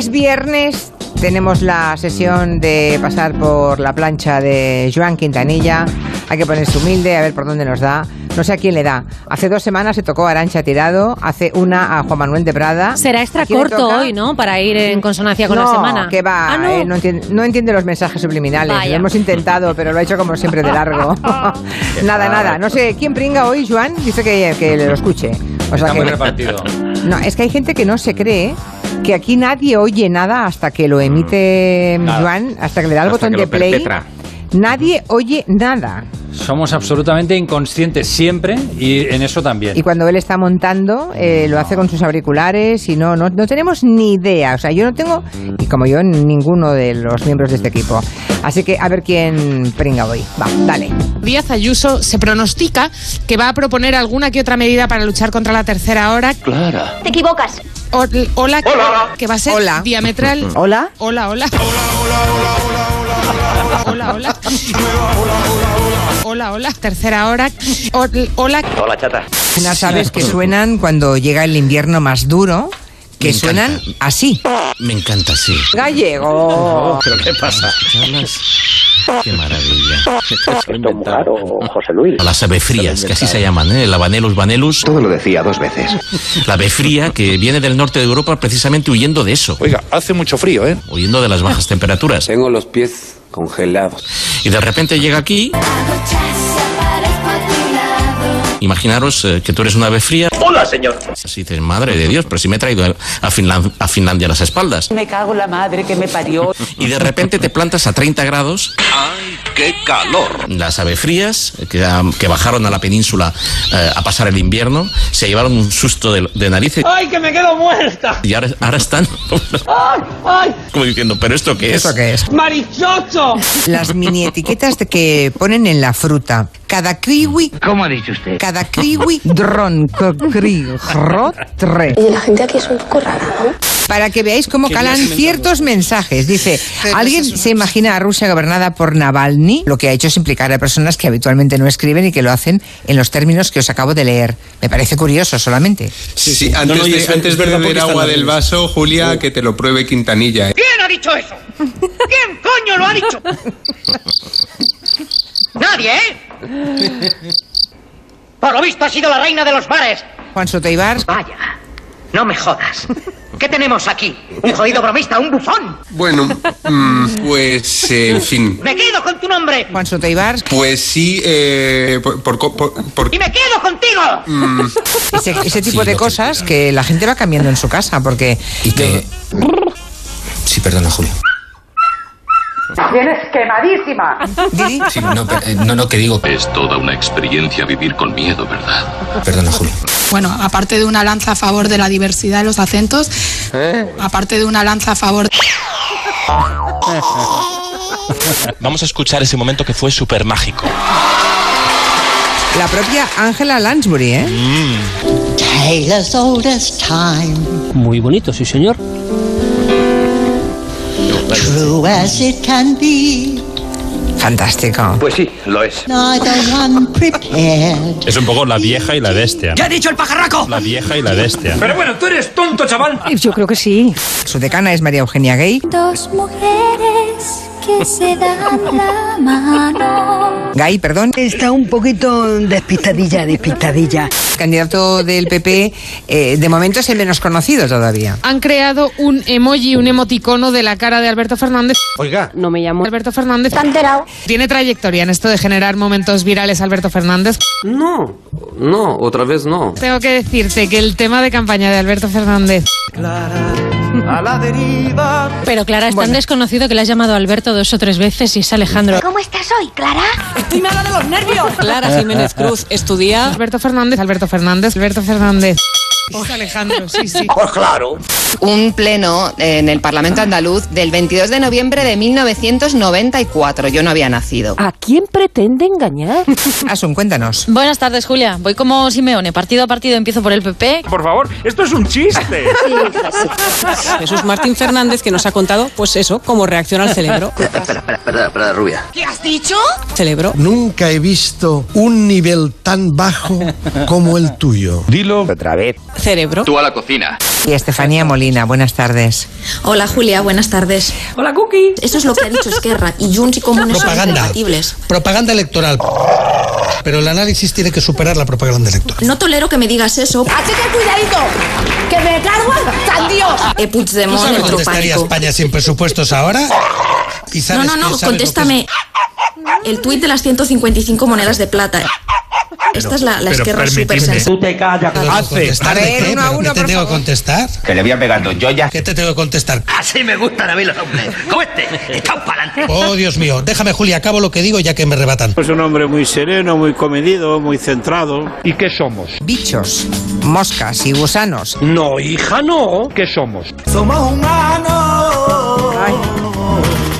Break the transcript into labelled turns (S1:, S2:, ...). S1: Es viernes, tenemos la sesión de pasar por la plancha de Joan Quintanilla. Hay que ponerse humilde, a ver por dónde nos da. No sé a quién le da. Hace dos semanas se tocó a Arancha Tirado, hace una a Juan Manuel de Prada.
S2: Será extra
S1: ¿A quién le
S2: corto
S1: toca?
S2: hoy, ¿no? Para ir en consonancia con
S1: no,
S2: la semana.
S1: que va,
S2: Ah, no.
S1: eh, no, entien- no entiende los mensajes subliminales.
S2: Vaya.
S1: Lo hemos intentado, pero lo ha hecho como siempre de largo. nada, nada. No sé, ¿quién pringa hoy, Joan? Dice que, que lo escuche. O
S3: Pues
S1: sea
S4: Está muy
S1: que-
S4: repartido.
S1: No, es que hay gente que no se cree que aquí nadie oye nada hasta que lo emite mm,
S4: Nada.
S1: Joan, hasta que le da el
S5: Mm. Hasta
S1: botón
S5: que
S1: de
S5: lo
S1: play.
S5: perpetra.
S1: Nadie oye nada.
S4: Somos absolutamente inconscientes siempre y en eso
S1: Y
S4: también.
S1: cuando él está montando, eh, lo hace con sus auriculares y no, no, no tenemos ni idea. O sea, yo no tengo, y como yo, ninguno de los miembros de este equipo. Así que a ver quién pringa hoy. Va, dale.
S6: Díaz Ayuso se pronostica que va a proponer alguna que otra medida para luchar contra la tercera hora.
S7: Te equivocas.
S6: O- hola, que- que va a ser
S1: Hola.
S6: diametral.
S1: Hola.
S6: Hola, hola. Hola, hola. Hola, hola. Hola, hola. Tercera hora. O- Hola.
S1: Unas aves que suenan cuando llega el invierno más duro, que suenan así.
S5: Me encanta, sí.
S1: Gallego.
S5: ¿Pero qué pasa? Qué maravilla.
S8: Esto Mujar o José Luis.
S5: A las abefrías, que así se llaman, ¿eh? El habanelos vanelus.
S3: Todo lo decía dos veces.
S5: La abefría que viene del norte de Europa precisamente huyendo de eso.
S9: Oiga, hace mucho frío, ¿eh?
S5: Huyendo de las bajas temperaturas.
S10: Tengo los pies congelados.
S5: Y de repente llega aquí. Imaginaros eh, que tú eres una ave fría. ¡Hola, señor! Así dices, madre de Dios, pero si me he traído a, Finlan- a Finlandia a las espaldas.
S10: Me cago en la madre que me parió.
S5: Y de repente te plantas a 30 grados.
S9: ¡Ay, qué calor!
S5: Las avefrías que, um, que bajaron a la península eh, a pasar el invierno se llevaron un susto de, de narices
S10: ¡Ay, que me quedo muerta!
S5: y ahora, ahora están
S10: ¡Ay, ay!
S5: como diciendo, ¿pero esto qué es?
S1: ¿Eso qué es?
S10: ¡Marichocho!
S1: las mini etiquetas de que ponen en la fruta. Cada kiwi. ¿Cómo ha dicho usted? Cada kiwi dron co- cri- ro- tre.
S7: Y la gente aquí es un poco rara, ¿no?
S1: Para que veáis cómo calan ciertos mensajes. Dice, ¿alguien se imagina a Rusia gobernada por Navalny? Lo que ha hecho es implicar a personas que habitualmente no escriben y que lo hacen en los términos que os acabo de leer. Me parece curioso solamente.
S8: Sí, sí, antes, de, antes de beber agua del vaso, Julia, que te lo pruebe Quintanilla. ¿eh?
S10: ¿Quién ha dicho eso? ¿Quién coño lo ha dicho? Nadie, ¿eh? Por lo visto ha sido la reina de los mares.
S1: Juan Soteibar,
S10: Vaya, no me jodas. ¿Qué tenemos aquí? ¿Un jodido bromista? ¿Un bufón?
S8: Bueno, mm, pues, eh, en fin.
S10: Me quedo con tu nombre
S1: Juan Soteibar,
S8: Pues sí, eh, por, por, co- por- por-
S10: y me quedo contigo.
S8: Pues,
S1: ese, ese tipo de cosas que la gente va cambiando en su casa porque
S5: Y que... Sí, perdona, Julio.
S10: Tienes quemadísima.
S1: Didi,
S5: Sí, no, per- eh, no, no, que digo...
S9: Es toda una experiencia vivir con miedo, ¿verdad?
S5: Perdona, Julio.
S11: Bueno, aparte de una lanza a favor de la diversidad de los acentos, aparte de una lanza a favor
S9: Vamos a escuchar ese momento que fue súper mágico.
S1: la propia Ángela Lansbury, ¿eh?
S10: Muy bonito, sí, señor.
S8: Mm.
S1: Fantástico.
S3: Pues sí, lo es.
S9: Es un poco la vieja y la bestia.
S10: ha dicho el pajarraco!
S9: La vieja y la bestia.
S2: Yo creo que sí.
S1: Su decana es María Eugenia Gay.
S7: Dos mujeres que se dan la mano.
S1: Gay, perdón.
S10: Está un poquito despistadilla, despistadilla.
S1: Candidato del PP, eh, de momento es el menos conocido todavía.
S6: Han creado un emoji, un emoticono de la cara de Alberto Fernández.
S9: Oiga,
S2: No me llamo.
S6: Alberto Fernández
S7: ¿Te has enterado?
S6: tiene trayectoria en esto de generar momentos virales, Alberto Fernández.
S10: No, no, otra vez no.
S6: Tengo que decirte que el tema de campaña de Alberto Fernández
S2: Pero Clara, es tan desconocido que le has llamado Alberto dos o tres veces y es Alejandro.
S7: ¿Cómo estás hoy, Clara?
S2: Clara Jiménez Cruz estudia.
S6: Alberto Fernández, Alberto Fernández, Alberto Fernández. Alejandro, sí, sí.
S11: un pleno en el Parlamento andaluz del 22 de noviembre de 1994. Yo no había nacido.
S2: ¿A quién pretende engañar?
S1: Asun, cuéntanos.
S2: Buenas tardes, Julia. Voy como Simeone, partido a partido empiezo por el PP.
S9: por favor, esto es un chiste.
S7: Sí, hija, sí.
S2: Jesús Martín Fernández que nos ha contado, pues eso, cómo reacciona el cerebro.
S10: Espera, espera, espera,
S3: Perdón, perdón, rubia.
S12: ¿Qué has dicho?
S4: Celebro. Nunca he visto un nivel tan bajo como el tuyo.
S3: Dilo otra vez.
S4: Cerebro.
S3: Tú a la cocina.
S1: Y Estefanía Molina, buenas tardes.
S6: Hola Julia, buenas tardes. Hola Cookie. Eso es lo que ha dicho Esquerra y Junts y Comunes son
S4: Propaganda.
S6: incompatibles.
S4: Propaganda electoral. Pero el análisis tiene que superar la propaganda electoral.
S6: No tolero que me digas eso.
S12: Así que cuidadito, que me cargo a Dios.
S6: Eh,
S4: ¿Tú
S6: Puigdemont,
S4: sabes
S6: otro
S4: dónde estaría
S6: pánico.
S4: España sin presupuestos ahora? ¿Y
S6: No,
S4: sabes
S6: no,
S4: que- sabes
S6: no,
S4: lo que es-
S6: contéstame. El tuit de las 155 monedas de plata. Esta es la, la Esquerra súper sensata.
S4: te callas.
S6: A ver, uno a uno,
S4: ¿Te
S6: por
S4: tengo ¿eh? que
S6: favor.
S4: contestar?
S3: Que le voy a pegar dos joyas.
S4: ¿Qué te tengo que contestar?
S13: Así me gustan a mí los hombres. Como este. Están para adelante.
S4: Oh, Dios mío. Déjame, Julia, acabo lo que digo ya que me rebatan.
S14: Es un hombre muy sereno, muy comedido, muy centrado.
S4: ¿Y qué somos?
S1: Bichos, moscas y gusanos.
S4: No, hija, no. ¿Qué somos?
S1: Somos humanos.